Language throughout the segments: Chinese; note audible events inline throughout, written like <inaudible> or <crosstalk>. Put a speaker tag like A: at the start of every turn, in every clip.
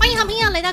A: 欢迎好朋友来到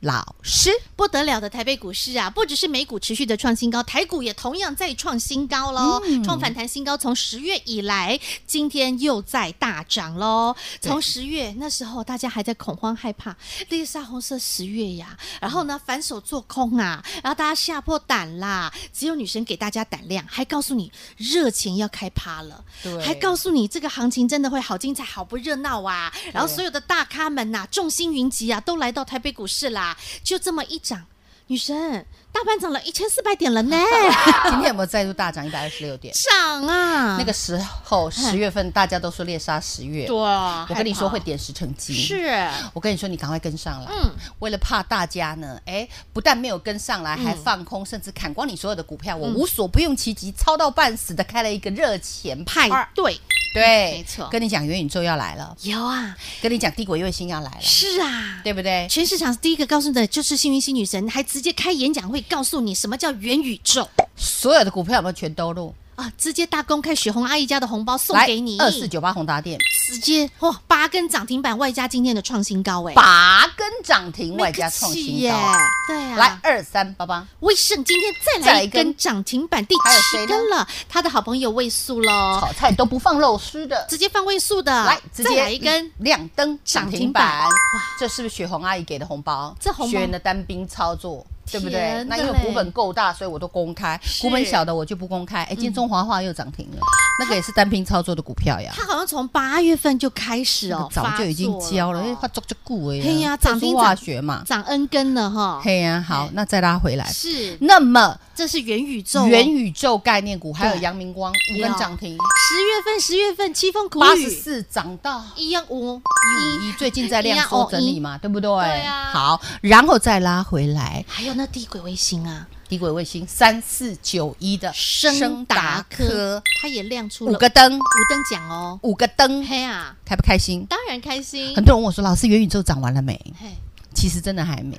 B: 老师。
A: 不得了的台北股市啊，不只是美股持续的创新高，台股也同样在创新高喽，创反弹新高。从十月以来，今天又在大涨喽。从十月那时候，大家还在恐慌害怕，丽莎红色十月呀，然后呢反手做空啊，然后大家吓破胆啦。只有女神给大家胆量，还告诉你热情要开趴了，
B: 对
A: 还告诉你这个行情真的会好精彩、好不热闹啊。然后所有的大咖们呐、众星云集啊，都来到台北股市啦。就这么一涨，女神大盘涨了一千四百点了 <laughs> 呢，
B: 今天有没有再度大涨一百二十六点？
A: 涨啊！
B: 那个时候十月份大家都说猎杀十月，
A: 对啊，
B: 我跟你说
A: 害
B: 会
A: 怕
B: 点石成
A: 嗯
B: 金。
A: 是
B: 我跟你说，你赶快跟上来。
A: 嗯
B: 为了怕大家呢，哎，不但没有跟上来，
A: 嗯
B: 还放空，甚至砍光你所有的股票。我无所不用其极，操到半死的开了一个热钱派
A: 派对，
B: 对，
A: 没错
B: 跟你讲元宇宙要来了，
A: 有啊，
B: 跟你讲帝国卫星要来了，
A: 是啊。
B: 对不对？
A: 全市场第一个告诉你的就是幸运星女神，还直接开演讲会告诉你什么叫元宇宙
B: 所有的股票有没有全都入？
A: 啊！直接大公开许红阿姨家的红包送给你，
B: 二四九八宏达电
A: 直接哇八根涨停板，外加今天的创新高哎、
B: 拔根涨停，
A: 没
B: 外
A: 客
B: 加
A: 气
B: 创新
A: 耶
B: 高。
A: 对啊，
B: 来二三八八，
A: 威盛今天再
B: 再
A: 来
B: 来
A: 一
B: 一
A: 根
B: 根
A: 涨停板，第
B: 还有
A: 七
B: 谁呢
A: 根了，他的好朋友位数喽，
B: 炒菜都不放肉丝的，
A: 直接放位数的，
B: 来直
A: 再
B: 接
A: 来一根，
B: 亮灯
A: 涨
B: 涨停板。
A: 停板
B: 哇
A: 哇，
B: 这是不是雪红阿姨给的红包？
A: 这红包
B: 学员的单兵操作。对不对
A: 甜的？
B: 那因为
A: 嘞
B: 股本够大，所以我都公开
A: 是；嗯
B: 股本小的我就不公开。哎，今天中华化又涨停了，那个也是单兵操作的股票呀，
A: 他好像从八月份就开始
B: 那
A: 哦
B: 个，早就已经交了，因为它
A: 发作
B: 足足固哎呀。
A: 嘿呀
B: 这
A: 涨停
B: 是
A: 涨
B: 化学嘛
A: 了，涨 N 根了哈，
B: 嘿呀，好
A: 嘿，
B: 那再拉回来。
A: 是，
B: 那么
A: 这是元宇宙哦，
B: 元宇宙概念股，还有
A: 对
B: 阳明光五
A: 有
B: 根涨停，
A: 十月份十月份七凤苦
B: 八十
A: 雨
B: 四涨到
A: 一样五
B: 一五一，最近在量缩整理嘛，对不对？
A: 对啊
B: 好，然后再拉回来，
A: 还有那地鬼卫星啊，
B: 低轨卫星三四九一的
A: 升达科，它也亮出了
B: 五个
A: 五
B: 灯，
A: 等奖哦，
B: 五个灯，
A: 嘿啊，
B: 开不开心？
A: 当然开心，
B: 很多人问我说：“老师，元宇宙涨完了没
A: 嘿。？”
B: 其实真
A: <laughs>
B: 的还没，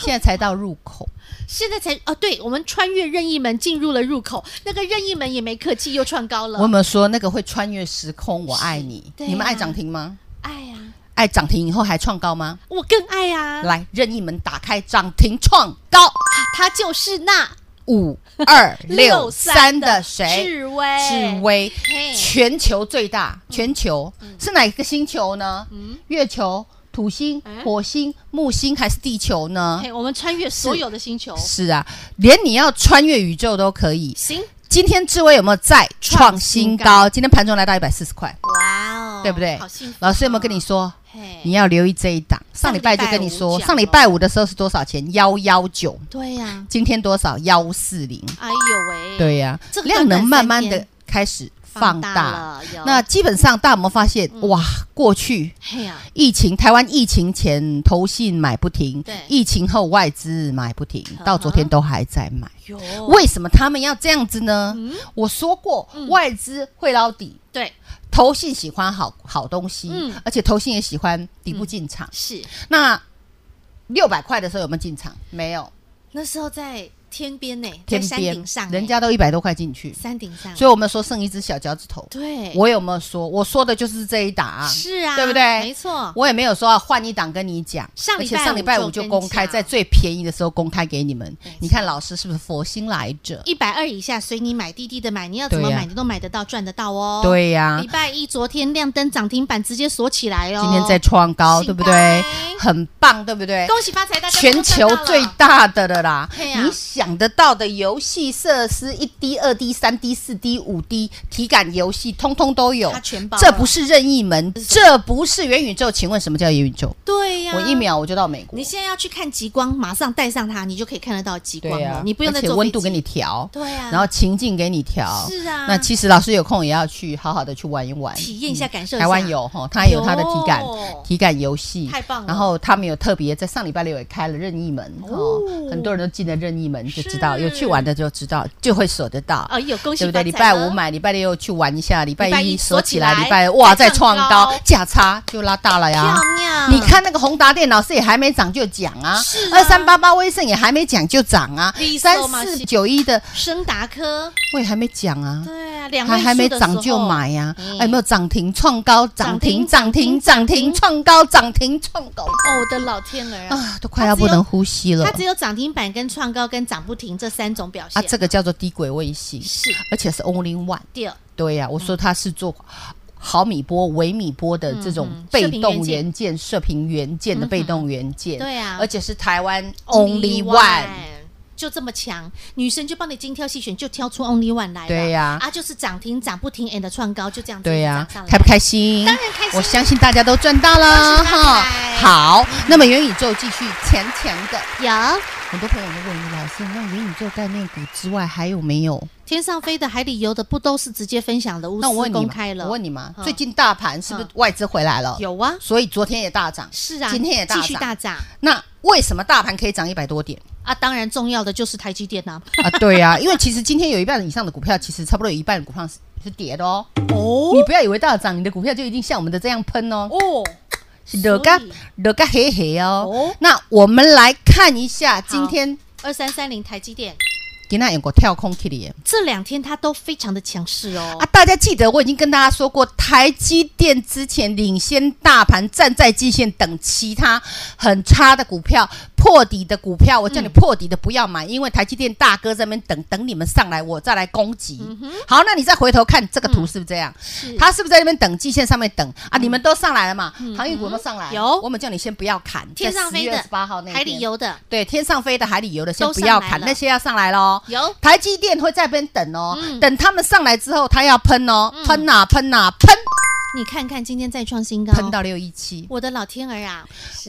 B: 现在才到入口。
A: 现在才哦，对，我们穿越任意门进入了入口，那个任意门也没客气，又创高
B: 我有
A: 了。
B: 没有说那个会穿越时空？我爱你，
A: 对啊
B: 你们爱涨停吗？
A: 爱哎呀、
B: 爱涨停以后还创高吗？
A: 我更爱呀、啊，
B: 来，任意门打开，涨停创高。
A: 他就是那
B: 五二
A: 六
B: 六
A: 三
B: 三
A: 的
B: 的
A: 谁
B: 谁？
A: 智威，
B: 智威
A: 嘿，
B: 全球最大，
A: 嗯
B: 全球是哪一个星球呢？月球、土星
A: 哎、
B: 火星、木星还是地球呢？
A: 嘿，我们穿越所有的星球，
B: 是啊，连你要穿越宇宙都可以。
A: 行，
B: 今天智威有没有再
A: 创
B: 创
A: 新
B: 新
A: 高
B: 高？今天盘中来到一百四十块，
A: 哇哦，
B: 对不对
A: 好幸福、
B: 老师有没有跟你？说？
A: 嘿，
B: 你要留意这一档，上礼拜就跟你
A: 上礼拜五
B: 说，
A: 讲
B: 上礼拜五的时候是多少钱？幺幺九，
A: 对呀、
B: 今天多少？幺四零。
A: 哎呦喂，，
B: 对呀、
A: 这个
B: 量能慢慢
A: 短短三
B: 的开始
A: 放
B: 放
A: 大
B: 大。
A: 了有
B: 那基本上大家有没有发现？
A: 嗯
B: 哇，过去
A: 嘿呀、
B: 疫情，台湾疫情前投信买不停
A: 对，嗯
B: 疫情后外资买不停
A: 哼，哦
B: 到昨天都还在买。
A: 有
B: 为什么他们要这样子呢？
A: 嗯
B: 我说过，外资会捞底，
A: 对
B: 投信喜欢好好东西，
A: 嗯
B: 而且投信也喜欢底部进场。
A: 是
B: 那六百块的时候有没有进场？没有，
A: 那时候在天边呢、在
B: 天
A: 山
B: 边
A: 顶上、哎
B: 人家都一百多块进去，
A: 山顶上，
B: 所以我们说剩一只小脚趾头。
A: 对，
B: 我有没有说？我说的就是这一档、
A: 是啊，
B: 对不对
A: 没错，
B: 我也没有说要换一档跟你讲，
A: 上礼拜
B: 而且上礼拜
A: 五
B: 五
A: 就跟
B: 就
A: 你
B: 公开，
A: 讲
B: 在最便宜的时候公开给你们
A: 没错。
B: 你看老师是不是佛心来着？
A: 一百二以下随你买，低低的买，你要怎么
B: 对呀
A: 买你都买得到，赚得到哦。、
B: 对呀、
A: 礼拜一昨天亮灯涨停板直接锁起来哦，
B: 今天在创高，
A: 新
B: 对不
A: 高
B: 对？很棒，对不对？
A: 恭喜发财，大家都
B: 全
A: 赚
B: 球
A: 到了
B: 最大的了啦
A: 嘿呀！
B: 你小想得到的游戏设施，一 D、二 D、三 D、四 D、五 D 体感游戏，通通都有
A: 它。全包了啊
B: 这不是任意门，这不是元宇宙。请问什么叫元宇宙？
A: 对呀、
B: 我一。秒我就到美国
A: 你，现在要去看极光，马上带上它，你就可以看得到极光了。啊你不用再
B: 啊而且
A: 坐
B: 温度
A: 飞
B: 给
A: 机
B: 你调，
A: 对啊，
B: 然后情境给你调。
A: 是啊，
B: 那其实老师有空也要去好好的去玩一玩，
A: 体验一下感受一下
B: 台湾有哈，它有它的体感
A: 有
B: 体感游戏，
A: 太棒了
B: 然后他们有特别在上礼拜六也开了任意门哦，很多人都进了任意门，就知道
A: 是
B: 有去玩的就知道就会锁得到。
A: 哦，有恭喜
B: 对不
A: 发财
B: 对？礼拜
A: 了
B: 五买，礼拜六去玩一下，礼拜
A: 礼拜一
B: 一
A: 锁
B: 锁
A: 起
B: 起
A: 来
B: 来，礼拜哇
A: 再
B: 再
A: 创
B: 创
A: 高
B: 高，价差就拉大了呀
A: 漂。亮，
B: 啊你看那个宏达电脑是也还没涨就涨啊，
A: 是啊
B: 二三八八威盛也还没涨就涨啊
A: 利，
B: 三
A: 索嘛
B: 四
A: 是
B: 九一的
A: 升达科，
B: 我也还没讲啊，
A: 对啊，两位
B: 它还没
A: 数的时候
B: 涨就，买呀、
A: 嗯
B: 啊，有没有涨停创高？涨停
A: 涨
B: 涨
A: 停
B: 停涨
A: 涨停
B: 停创高涨停创高
A: 哦，我的老天儿啊！
B: 啊，都快要不能呼吸了
A: 它只有涨停板、跟创高、跟涨不停这三种表
B: 啊！
A: 现。
B: 这个叫做低轨卫星，
A: 是嗯
B: 而且是 only one。
A: 第二，
B: 对呀、我说它是做毫米波、微米波的这种
A: 嗯
B: 被动
A: 射频元嗯
B: 元件、射频元件的被动元件，
A: 对啊
B: 而且是台湾 only
A: one
B: one。
A: 就这么强，女生就帮你精挑细选，就挑出 only one 来了。
B: 对呀
A: 啊，就是涨停、涨不停，and 创高，就这样子
B: 对呀、
A: 涨上来
B: 开不开心？
A: 当然开心啊
B: 我相信大家都赚到了
A: 恭喜发财
B: 好，那么元宇宙继续强强的。
A: 有
B: 很多朋友都问你老师，那元宇宙概念股之外还有没有？
A: 天上飞的、海里游的，不都是直接分享的？无
B: 那我
A: 私
B: 问你
A: 公
B: 嘛
A: 开，了。
B: 我问你嘛
A: 嗯，
B: 最近大盘是不是
A: 嗯
B: 外资回来了？，
A: 有啊，
B: 所以昨天也大涨。
A: 是啊，
B: 今天也大
A: 继
B: 涨
A: 续大涨
B: 那为什么大盘可以涨一百
A: <laughs>
B: 多点
A: 啊！当然，重要的就是台积电呐、
B: 啊？对呀、因为其实今天有一半以上的股票，其实差不多有一半的股票是是跌的哦。
A: 哦
B: 你不要以为大涨，你的股票就一定像我们的这样喷哦。
A: 哦，
B: 是热嘎
A: 所以
B: 热嘎黑黑哦
A: 哦。
B: 那我们来看一下今天。
A: 二三三零台积电
B: 给那有个跳空 K 的
A: 这两天它都非常的强势哦。
B: 啊！大家记得我已经跟大家说过，台积电之前领先大盘，站在季线等其他很差的股票破底的股
A: 嗯
B: 票，我叫你破底的不要买，因为台积电大哥在那边等等你们上来，我再来攻击。
A: 嗯
B: 好，那你再回头看这个图是不是这样？他是不是在那边等季线上面等啊？你们都上来了嘛？航运股有没有上来？
A: 嗯有
B: 我们叫你先不要砍，
A: 天上飞的
B: 八号那一
A: 海
B: 天
A: 里游的
B: 对，天上飞的、海里游的，先
A: 都
B: 不要
A: 上来
B: 砍，
A: 了
B: 那些要上来喽。
A: 有
B: 台积电会在那边等哦，
A: 嗯
B: 等他们上来之后，他要喷哦，喷呐、喷呐、喷，
A: 你看看今天再创新高，
B: 喷到六一七。
A: 我的老天儿啊！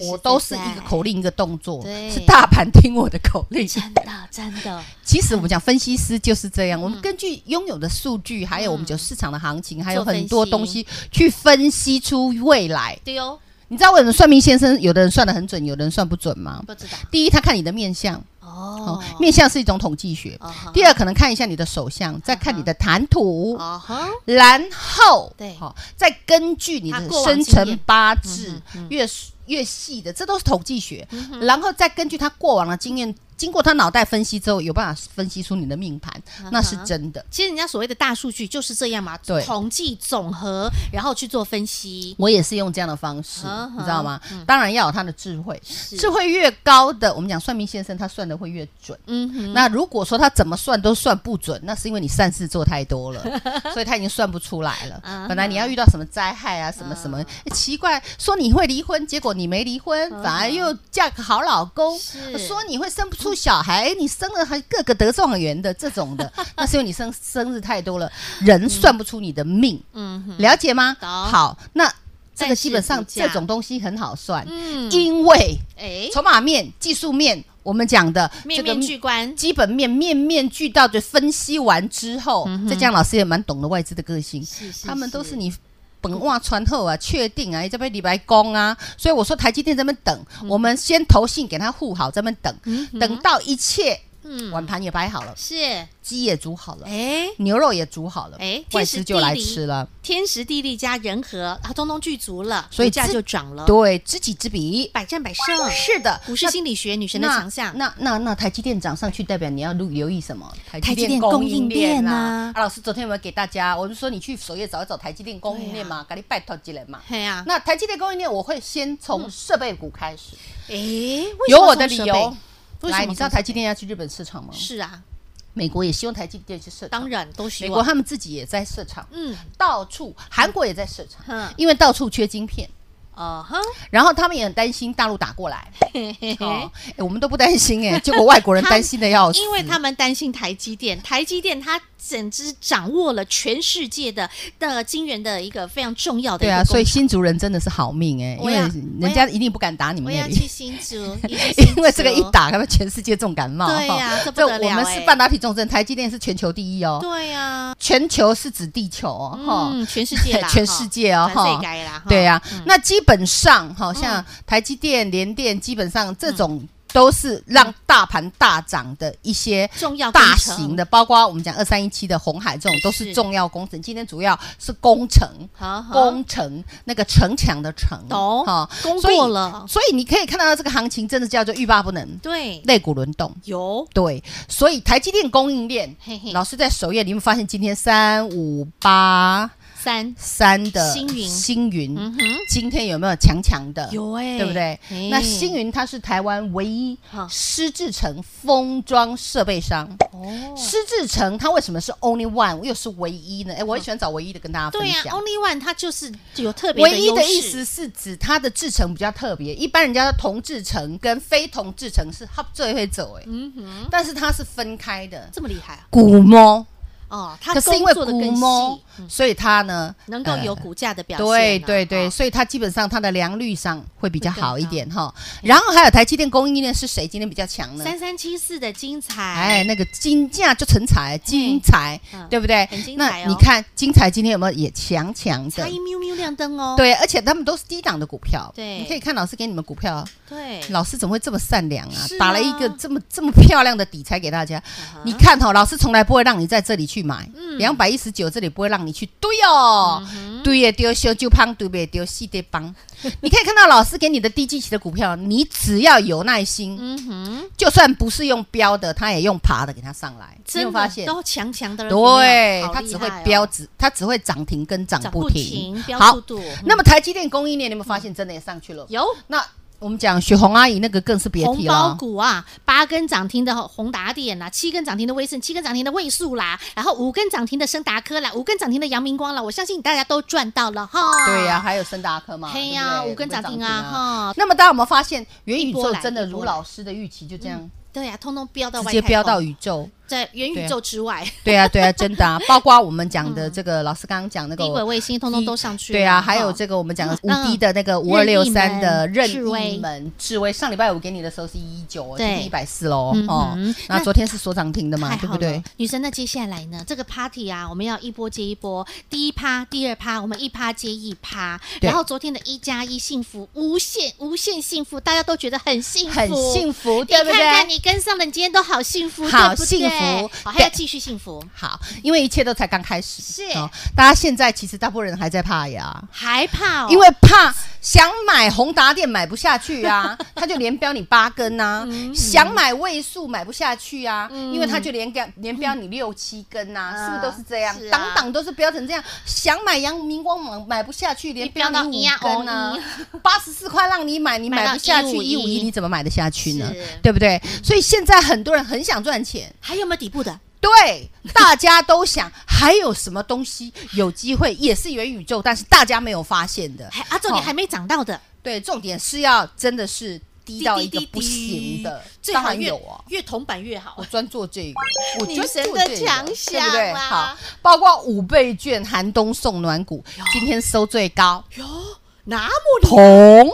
B: 我都是一个口令一个动作，
A: 对
B: 是大盘听我的口令。
A: 真的真的，
B: 其实我们讲分析师就是这样，我们根据拥有的数据，还有我们就市场的行情，还有
A: 做分析
B: 很多东西去分析出未来。
A: 对哦，
B: 你知道为什么算命先生有的人算的很准，有的人算不准吗？
A: 不知道
B: 第一，他看你的面相，哦
A: 哦，，
B: 面相是一种统计学。
A: 哦哈
B: 第二，可能看一下你的手相，再看你的谈吐，
A: 哦哈，
B: 然后
A: 对
B: 好、再根据你
A: 他
B: 的
A: 过往
B: 生
A: 经
B: 辰
A: 验嗯
B: 八字越越细的，这都是统计学，
A: 嗯
B: 然后再根据他过往的经验，经过他脑袋分析之后，有办法分析出你的命盘，
A: 嗯
B: 那是真的。
A: 其实人家所谓的大数据就是这样嘛，
B: 对
A: 统计总和，然后去做分析，
B: 我也是用这样的方式，
A: 嗯哼
B: 你知道吗？当然要有他的智慧，智慧越高的，我们讲算命先生，他算的会越准。
A: 嗯哼，
B: 那如果说他怎么算都算不准，那是因为你善事做太多
A: <laughs>
B: 了，所以他已经算不出来
A: 啊嗯
B: 了。本来你要遇到什么灾害啊，什么什么，诶奇怪，说你会离婚，结果你没离婚，反而又嫁个好老公
A: 是；
B: 说你会生不出小孩，诶你生了还个个得状元的这
A: <laughs>
B: 种的，那是因为你生生日太多了，人算不出你的命，
A: 嗯哼，
B: 了解吗？
A: 懂
B: 好，那这
A: 但
B: 个
A: 是
B: 基本上
A: 股价
B: 这种东西很好算，
A: 嗯，
B: 因为
A: 哎，
B: 筹码面、技术面，我们讲的
A: 面
B: 这个
A: 面俱观，
B: 基本面面面俱到的分析完之后，再加上老师也蛮懂得外资的个性，
A: 嗯是是
B: 他们都是你。本袜穿后啊，确定啊，这边礼拜公啊，所以我说台积电这边等，
A: 嗯
B: 我们先投信给他护好，这边等，等到一切
A: 嗯
B: 碗盘也摆好了，
A: 是，
B: 鸡也煮好了，
A: 哎，
B: 牛肉也煮好了
A: 哎，
B: 外
A: 天时
B: 资就来
A: 地利
B: 吃了。
A: 天时地利加人和啊，通通具足了，
B: 所以
A: 股价
B: 自
A: 就涨了，
B: 对，知己知彼，
A: 哦百战百胜，
B: 是的，
A: 股市
B: 那
A: 心理学女神的
B: 那
A: 强项。
B: 那那那台积电涨上去，代表你要留留意什么？台
A: 积电供应链啊
B: 啊！老师昨天有没有给大家？我就说你去首页找一找台积电供应链嘛，
A: 啊
B: 赶紧拜托进来嘛。
A: 嘿呀、
B: 那台积电供应链，我会先从设备股开始，
A: 诶，哎为什
B: 有
A: 么
B: 我的理
A: 送设备
B: 由。
A: 为什么
B: 来，
A: 送
B: 你知道
A: 设备
B: 台积电要去日本市场吗？
A: 是啊，
B: 美国也希望台积电去设
A: 当
B: 厂，
A: 然都希
B: 美国
A: 望。
B: 他们自己也在设厂，
A: 嗯，
B: 到处韩国也在设厂
A: 嗯，
B: 因为到处缺晶片。
A: 哦哈，
B: 然后他们也很担心大陆打过
A: <laughs>
B: 来，
A: 嘿嘿嘿
B: 哦，哎我们都不担心
A: <laughs>
B: 哎、结果外国人担心的要死，
A: 因为他们担心台积电，台积电它简直掌握了全世界的的晶圆的一个非常重要的一
B: 对
A: 个
B: 啊，
A: 工
B: 所以
A: 厂
B: 新竹人真的是好命哎、因
A: 我
B: 为
A: 要
B: 人家一定不敢打你
A: 我
B: 们那
A: 要
B: 里，
A: 去新竹，一定去新
B: <laughs> 因为这个一
A: 竹，
B: 打，他们全世界重感冒。
A: 对呀、
B: 哈
A: 这不
B: 这
A: 得了、
B: 我
A: 哎，
B: 们是半导体重镇，台积电是全球第一哦，
A: 对呀、
B: 全球是指地球哦，哈、
A: 嗯，全世
B: <laughs>
A: 界啦，
B: 全世界哦，
A: 哈，
B: 哈
A: 全世。界啦，哈嗯
B: 对呀、那基本上哈，像台积电、联电，基本上这种都是让大盘大涨的一些
A: 重要工程
B: 大型的，包括我们讲二三一七的红海这种，都是
A: 是
B: 重要工程。今天主要是工程，
A: 好好
B: 工程那个城墙的城，
A: 懂
B: 哈
A: 工
B: 所以
A: 作了，
B: 所以你可以看到这个行情真的叫做欲罢不能，
A: 对，
B: 肋骨轮动。
A: 有，
B: 对，所以台积电供应链
A: 嘿嘿，
B: 老师在首页，你们发现今天三五八
A: 三，
B: 三的
A: 星云
B: 星云
A: 嗯哼，
B: 今天有没有强强的？
A: 有哎、
B: 对不对？
A: 嘿
B: 那星云它是台湾唯一
A: 哈
B: 施志成封装设备商。
A: 哦，
B: 施志成它为什么是 only one 又是唯一呢？哎，我很喜欢找唯一的跟大家分
A: 对呀、
B: 享
A: o。n l y One 它就是有特别
B: 唯一
A: 优
B: 的意
A: 势
B: 思是指它的制成比较特别，一般人家的同制成跟非同制成是它最会走哎、
A: 嗯哼，
B: 但是它是分开的。
A: 这么厉害啊！
B: 古摸，
A: 哦，它
B: 可是因
A: 工
B: 为
A: 作的
B: 古
A: 更
B: 摸
A: 细，，嗯
B: 所以它呢
A: 能够有
B: 呃
A: 股价的表现啊、
B: 对对对，
A: 哦，
B: 所以它基本上它的良率上会比较好一点哈。
A: 高嗯
B: 然后还有台积电供应链是谁今天比较强呢？
A: 三三七四的精彩，
B: 哎，那个金价就成才，精彩
A: 嗯，
B: 对不对
A: 很？精彩哦
B: 那你看金彩今天有没有也强强
A: 差
B: 的
A: 一？喵喵亮灯哦，
B: 对，而且他们都是低档的股票。
A: 对
B: 你可以看老师给你们股票，
A: 对
B: 老师怎么会这么善良啊
A: 是？啊
B: 打了一个这么这么漂亮的底才给大家。
A: 嗯啊
B: 你看哈，老师从来不会让你在这里去买，两百一十九这里不会让你去。对哦，
A: 嗯
B: 对也丢修就胖，对不对？丢细对
A: <laughs>
B: 帮。你可以看到老师给你的低基期的股票，你只要有耐心，
A: 嗯哼，
B: 就算不是用标的，他也用爬的给它上来。你
A: 真
B: 有
A: 的
B: 发现？
A: 都强强的人，
B: 对，
A: 好
B: 它
A: 厉
B: 只会
A: 害哦
B: 标，只，它只会涨停跟涨
A: 涨
B: 不
A: 不
B: 停
A: 停，。标嗯
B: 好
A: 速，度，
B: 那么台积电供应链，你有没有发现真的也上去了？
A: 有
B: 那我们讲雪红阿姨那个更是别
A: 红
B: 提
A: 包
B: 了。
A: 股啊，八根涨停的宏达电啦，七根涨停的威盛，七根涨停的位数啦，然后五根涨停的升达科啦，五根涨停的阳明光啦，我相信大家都赚到了哈。
B: 对呀、还有森达科嘛，
A: 嘿
B: 对
A: 呀，
B: 不对
A: 五根涨停
B: 五根
A: 啊哈，
B: 那么大家有没有发现，元宇
A: 一波
B: 宙
A: 来
B: 真的
A: 一波
B: 如
A: 来
B: 老师的预期，就这样
A: 对呀，通通飙到
B: 直
A: 外
B: 接
A: 太
B: 飙
A: 空
B: 到宇宙？
A: 在元宇宙之外，
B: 对啊，对啊，真 <laughs> 的啊，包括我们讲的这个老师刚刚讲那
A: 低轨
B: 个。
A: 卫星通通都上去了。哦
B: 对啊，还有
A: 哈
B: 这个我们讲的五
A: 嗯
B: D 的那个五二
A: 任
B: 六
A: 意
B: 三
A: 门
B: 的任
A: 智威
B: 意门智威，上礼拜五给你的时候是一一九，哦今
A: 对
B: 天一百四喽
A: 嗯
B: 哦
A: 哼。
B: 那
A: 那
B: 昨天是所涨停的嘛，
A: 太
B: 对
A: 好
B: 不
A: 了，
B: 对？
A: 女生，那接下来呢？这个 party 啊，我们要一波接一波，第一趴、第二趴，我们一趴接一趴。
B: 对
A: 然后昨天的一加一幸福无限无限幸福，大家都觉得很幸福，
B: 很幸福，
A: 你
B: 对
A: 看
B: 不对？
A: 看你跟上了，你今天都好幸福，
B: 好
A: 对不对
B: 幸福
A: 好还要
B: 对
A: 继续幸福，
B: 好，因为一切都才刚开始。哦
A: 是
B: 大家现在其实大部分人还在怕呀，
A: 还怕、哦？
B: 因为怕想买宏达电买不下去
A: <laughs>
B: 啊，他就连标你八根啊；
A: 嗯
B: 想买位数买不下去啊，因为他就连标连标你六七根啊，
A: 嗯
B: 是不是都是这样
A: 是？啊
B: 档档都是标成这样。想买阳明光买买不下去，连标
A: 你
B: 你
A: 标
B: 五
A: 到
B: 根啊
A: 一样，
B: 八十四块让你买，你
A: 买
B: 买
A: 到
B: 不下去一
A: 151
B: 五一，你怎么买得下去呢
A: 是？嗯
B: 对不对？所以现在很多人很想赚钱。
A: 还有没有底部的？
B: 对，大家都想还有什么东西有机会也是元宇宙，但是大家没有发现的。
A: 还啊，重点
B: 哦
A: 还没涨到的，
B: 对，重点是要真的是低到一个
A: 滴滴滴滴
B: 不行的，
A: 最
B: 当
A: 好
B: 然
A: 越
B: 有啊。
A: 越铜板越好
B: 我。专做这个，我
A: 女
B: 专
A: 神
B: 做
A: 的
B: 这个，
A: 强
B: 对
A: 项
B: 不对？
A: 啊
B: 好，包括五倍券、寒冬送暖股，今天收最高，
A: 哟，那么厉害
B: 铜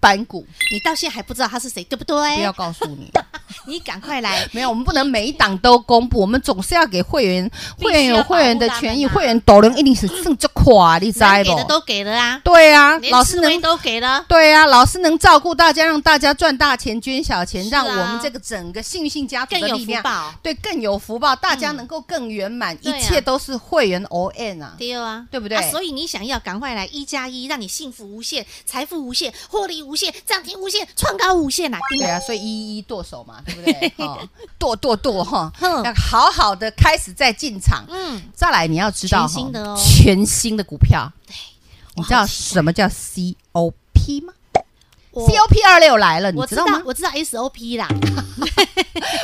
B: 板股，
A: 你到现在还不知道他是谁，对不
B: 不要
A: 对？
B: 告诉你， <laughs>
A: 你赶快来，
B: 没有，我们不能每一档都公布，我们总是要给会员，
A: 必须
B: 会员有
A: 要保护
B: 会员的
A: 他们
B: 权益，
A: 啊
B: 会员抖人一定是剩这垮，你知
A: 该给的
B: 不？
A: 都给了啊，
B: 对啊，
A: 连
B: 老
A: 思
B: 师
A: 维
B: 能
A: 都给了，
B: 对啊，老师能照顾大家，让大家赚大钱、捐小钱，
A: 是啊
B: 让我们这个整个幸运性家族
A: 更
B: 的
A: 有
B: 力
A: 福
B: 量，
A: 报。
B: 对更有福报，大家能够更圆满，
A: 对啊
B: 一切都是会员 all in 啊。
A: 对啊，
B: 对不对
A: 啊所以你想要赶快来一加一，让你幸福无限、财富无限、获利无限、涨停无限、创高无限呐、啊！
B: 对啊，所以一一剁手嘛，对
A: <laughs>
B: 不对？哈，剁剁剁哈，
A: 哼
B: 要好好的开始再进场。
A: 嗯，
B: 再来，你要知道
A: 全新的哦
B: 全新的股票，你知
A: 我
B: 道
A: 好奇
B: 什么叫 COP 吗
A: 我
B: ？COP 哦二六来了，你
A: 我
B: 知
A: 知
B: 道
A: 道
B: 吗？
A: 我知道 SOP 啦，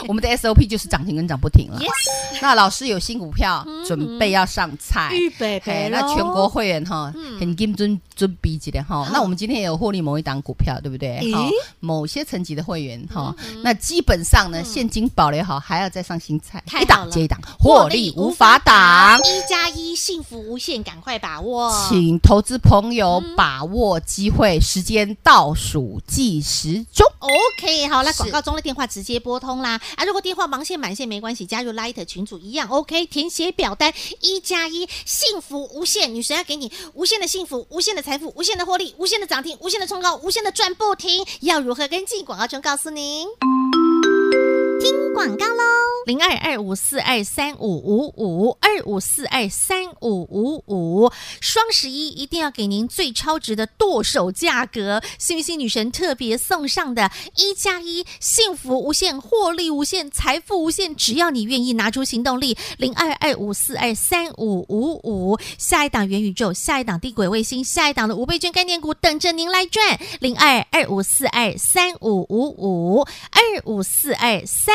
B: 我们的 SOP 就是涨停跟涨不停了。
A: Yes，
B: <laughs> 那老师有新股票，准备要上菜。
A: 嗯预备
B: 嘿
A: 备，
B: 哎那
A: 咯嗯
B: 全国会员哈，很精准准备一点哈。那我们今天也有获利某一档股票，对不对？
A: 咦
B: 哈，某些层级的会员哈，
A: 嗯
B: 那基本上呢，现金保留好，还要再上新菜，
A: 太好
B: 一档
A: 了
B: 接一档，获利无法挡。
A: 一加一，幸福无限，赶快把握。
B: 请投资朋友
A: 嗯
B: 把握机会，时间倒数计时中。
A: OK，好，那
B: 是
A: 广告中的电话直接拨通啦。啊，如果电话忙线满线没关系，加入 Light 群组一样 OK。填写表单，一加一，幸福无限，女神要给你无限的幸福、无限的财富、无限的获利、无限的涨停、无限的冲高、无限的赚不停。要如何跟进？广告中告诉您。听广告喽，零二二五四二三五五五二五四二三五五五，双十一一定要给您最超值的剁手价格，幸运星女神特别送上的一加一，幸福无限，获利无限，财富无限，只要你愿意拿出行动力，零二二五四二三五五五，下一档元宇宙，下一档地轨卫星，下一档的五倍券概念股等着您来赚，零二二五四二三五五五二五四二三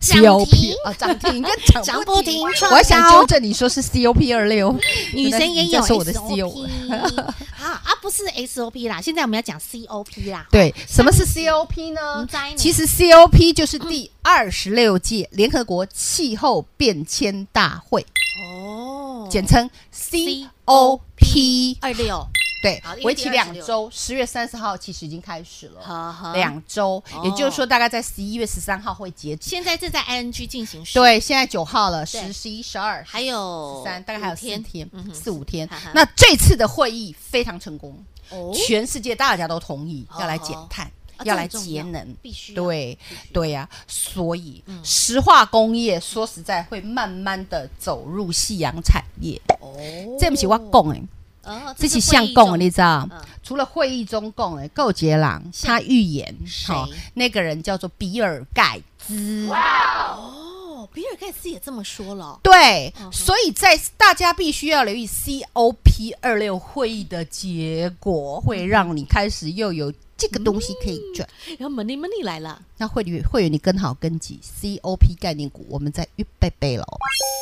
B: COP 啊，涨停跟 <laughs> 涨
A: 哦涨不
B: 不
A: 停
B: 停，
A: 创
B: 我还想
A: 高
B: 纠正你说是 COP 二六，
A: 女生也
B: 你
A: 有
B: 在说我的
A: SOP <laughs> 啊啊，不是 SOP 啦，现在我们要讲 COP 啦。
B: 对，什么是 COP 呢
A: 唔知呢？嗯
B: 其实 COP 就是第二十六届联合国气候变迁大会，
A: 哦
B: 简称 COP。
A: 二六，
B: 对
A: 好因为，
B: 为期
A: 第
B: 两
A: 26
B: 周，十月三十号其实已经开始了，
A: 呵呵
B: 两周
A: 哦，
B: 也就是说大概在十一月十三号会截止。
A: 现在正在 ING 进行时，，
B: 对，现在九号了，
A: 对
B: 十、十一、十二、
A: 还有
B: 三，大概还有
A: 五
B: 四天
A: 嗯，哼
B: 四五天
A: 哈哈。
B: 那这次的会议非常成功，
A: 哦
B: 全世界大家都同意
A: 哦
B: 要来减碳
A: 啊，
B: 要来
A: 这很重
B: 节
A: 要
B: 能，
A: 必须要啊
B: 对对呀。所以石化工
A: 嗯
B: 业说实在会慢慢的走入夕阳产业，
A: 哦
B: 这不是我讲诶。
A: 哦，
B: 这
A: 是
B: 是相供的，
A: 你
B: 你知道？
A: 嗯
B: 除了会议中供的够杰朗
A: 是嗯
B: 他预言，
A: 谁
B: 哦那个人叫做比尔盖茨。
A: 哦，比尔盖茨也这么说了。
B: 对
A: 嗯哼，
B: 所以在大家必须要留意 COP 二六会议的结果，会让你开始又有这个东西可以赚。
A: 然后哎 money money 来了
B: 那会员会员你跟好跟紧 COP 概念股，我们在预备备了哦。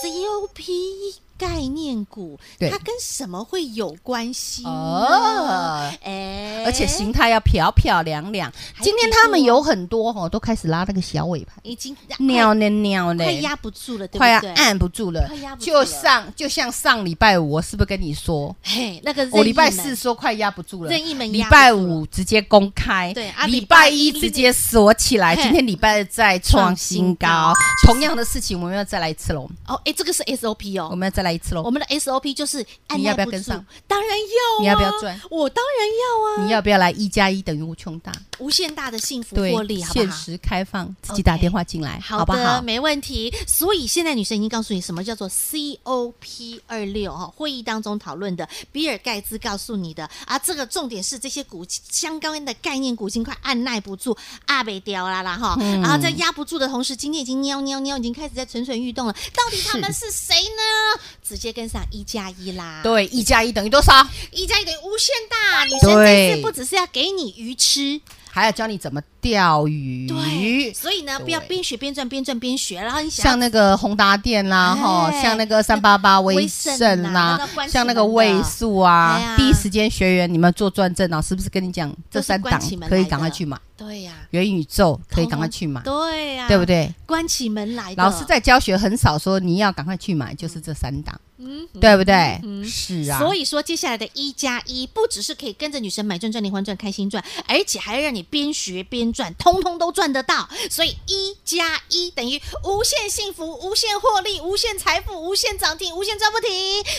A: ，COP E 概念股，
B: 对
A: 它跟什么会有关系呢？
B: 哦
A: 哎、
B: 而且形态要漂漂亮亮。今天他们有很多哦，都开始拉那个小尾盘，
A: 已经
B: 尿呢尿呢，
A: 快压不住了，对不
B: 快要
A: 对？
B: 按不住了
A: 快压，不住了
B: 就上就像上礼拜五，我是不是跟你说？
A: 嘿，那个任意门
B: 我礼拜四说快压不住了，
A: 任意门
B: 礼
A: 压不住了
B: 拜五直接公开，
A: 对啊
B: 礼
A: 礼拜
B: 拜
A: 一
B: 一直接锁起来，
A: 嘿
B: 今天礼拜二再创新
A: 创
B: 高。同样的事情，我们要再来一次喽，
A: 哦，哎，这个是 SOP 哦，
B: 我们要再来一次
A: 我
B: 喽。
A: 们的 SOP 就是按
B: 你要不
A: 耐
B: 要
A: 不
B: 跟
A: 住
B: 上，
A: 当然要、啊，
B: 你要不要赚？
A: 我当然要啊，
B: 你要不要来一加一等于无穷大？
A: 无限大的幸福
B: 对
A: 获，利，好不好？
B: 限时开放，自
A: OK
B: 己打电话进来，
A: 好
B: 不
A: 的，
B: 好？
A: 没问题。所以现在女神已经告诉你什么叫做 COP 二六哈，会议当中讨论的，比尔盖茨告诉你的啊。这个重点是这些股相关的概念股已经快按耐不住，啊被掉啦啦哈。
B: 嗯
A: 然后在压不住的同时，今天已经喵喵喵，已经开始在蠢蠢欲动了。到底他们是谁呢？直接跟上一加一啦。
B: 对，一加一等于多少？
A: 一加一等于无限大。女生这次
B: 对
A: 不只是要给你鱼吃，
B: 还要教你怎么钓鱼。
A: 对，所以呢，不要
B: 对
A: 边学边赚，边赚边学。然后你想要
B: 像那个宏达电啦，
A: 哎
B: 哈，像那个三八八
A: 威
B: 威
A: 盛
B: 盛
A: 啦
B: 啦
A: 那都关，起
B: 像那个
A: 门的啊
B: 位数
A: 哎呀
B: 啊，第一时间学员你们做转正啊，是不是跟你讲
A: 都
B: 这
A: 是
B: 三
A: 关
B: 档
A: 起门
B: 可以
A: 来
B: 赶快
A: 的啊哦
B: 去买？
A: 对呀、
B: 元宇宙可以
A: 通
B: 赶
A: 通
B: 快去买，
A: 对呀、哎
B: 对不？对？
A: 关起门来的，
B: 老师在教学很少说你要赶快去买，就是这三档，
A: 嗯，
B: 对不对？
A: 嗯
B: 是啊，
A: 所以说，接下来的一加一不只是可以跟着女神买赚赚、连环赚、开心赚，而且还让你边学边赚，通通都赚得到。所以一加一等于无限幸福、无限获利、无限财富、无限涨停、无限赚不停。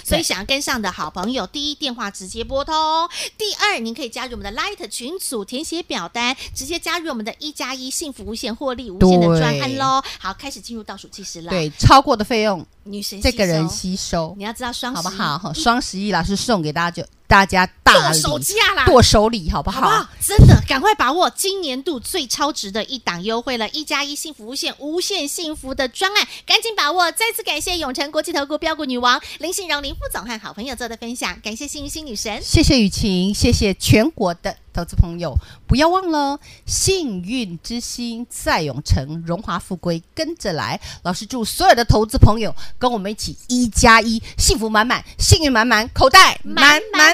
A: 所以想要跟上的好朋友，第一电话直接拨通，第二您可以加入我们的 Light 群组，填写表单，直接加入我们的一加一幸福无限获利、无限的专案喽。好，开始进入倒数计时了。，
B: 对超过的费用，
A: 女神
B: 这个人
A: 吸收
B: 吸收
A: 你，要知道双十
B: 好
A: 一
B: 不好？双十一老师送给大家就大家大
A: 剁
B: 礼，
A: 手价啦，
B: 剁手礼，好不
A: 好不
B: 好
A: 好？？真的，赶快把握今年度最超值的一档优惠了！一加一幸福无限，无限幸福的专案，赶紧把握！再次感谢永诚国际投顾标股女王林信荣林副总和好朋友做的分享，感谢幸运星女神。
B: 谢谢雨晴，谢谢全国的投资朋友，不要忘了哦，幸运之星在永城，荣华富贵跟着来。老师祝所有的投资朋友跟我们一起一加一，幸福满满，幸运满满，口袋满满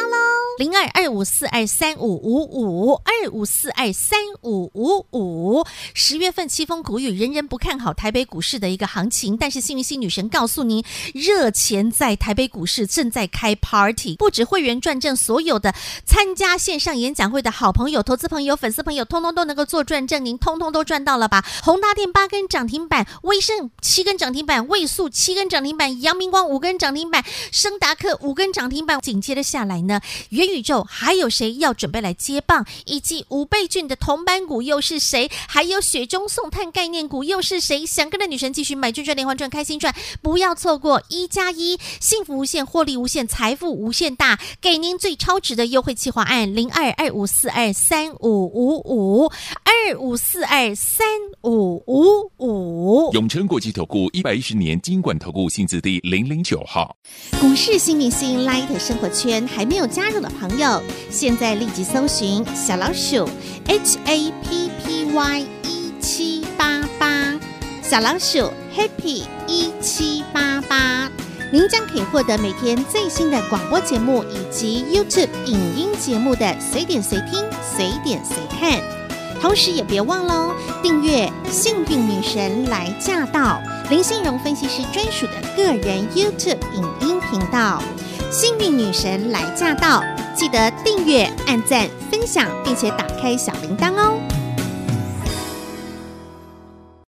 A: 喽，零二二五四二三五五五二五四二三五五五。十月份凄风苦雨，人人不看好台北股市的一个行情，但是幸运星女神告诉您，热钱在台北股市正在开 party，不止会员转正，所有的参加线上演讲会的好朋友、投资朋友、粉丝朋友，通通都能够做转正，您通通都赚到了吧？宏达电八根涨停板，威盛七根涨停板，位数七根涨停板，阳明光五根涨停板，升达克五根涨停板，紧接着下来呢，元宇宙还有谁要准备来接棒？以及五倍券的同班股又是谁？还有雪中送炭概念股又是谁？想跟着女神继续买赚赚连环赚开心赚，不要错过一加一，幸福无限，获利无限，财富无限大，给您最超值的优惠计划案零二二五四二三五五五二五四二三五五五。
C: 永诚国际投顾一百一十年金管投顾性质第零零九号。
A: 股市新明星 Light 生活圈还没有加入的朋友，现在立即搜寻小老鼠 HAPPY 一七八八，小老鼠 Happy 一七八八，您将可以获得每天最新的广播节目以及 YouTube 影音节目的随点随听、随点随看。同时也别忘了哦订阅《幸运女神来驾到》林信荣分析师专属的个人 YouTube 影音频道《幸运女神来驾到》，记得订阅、按赞、分享，并且打开小铃铛哦。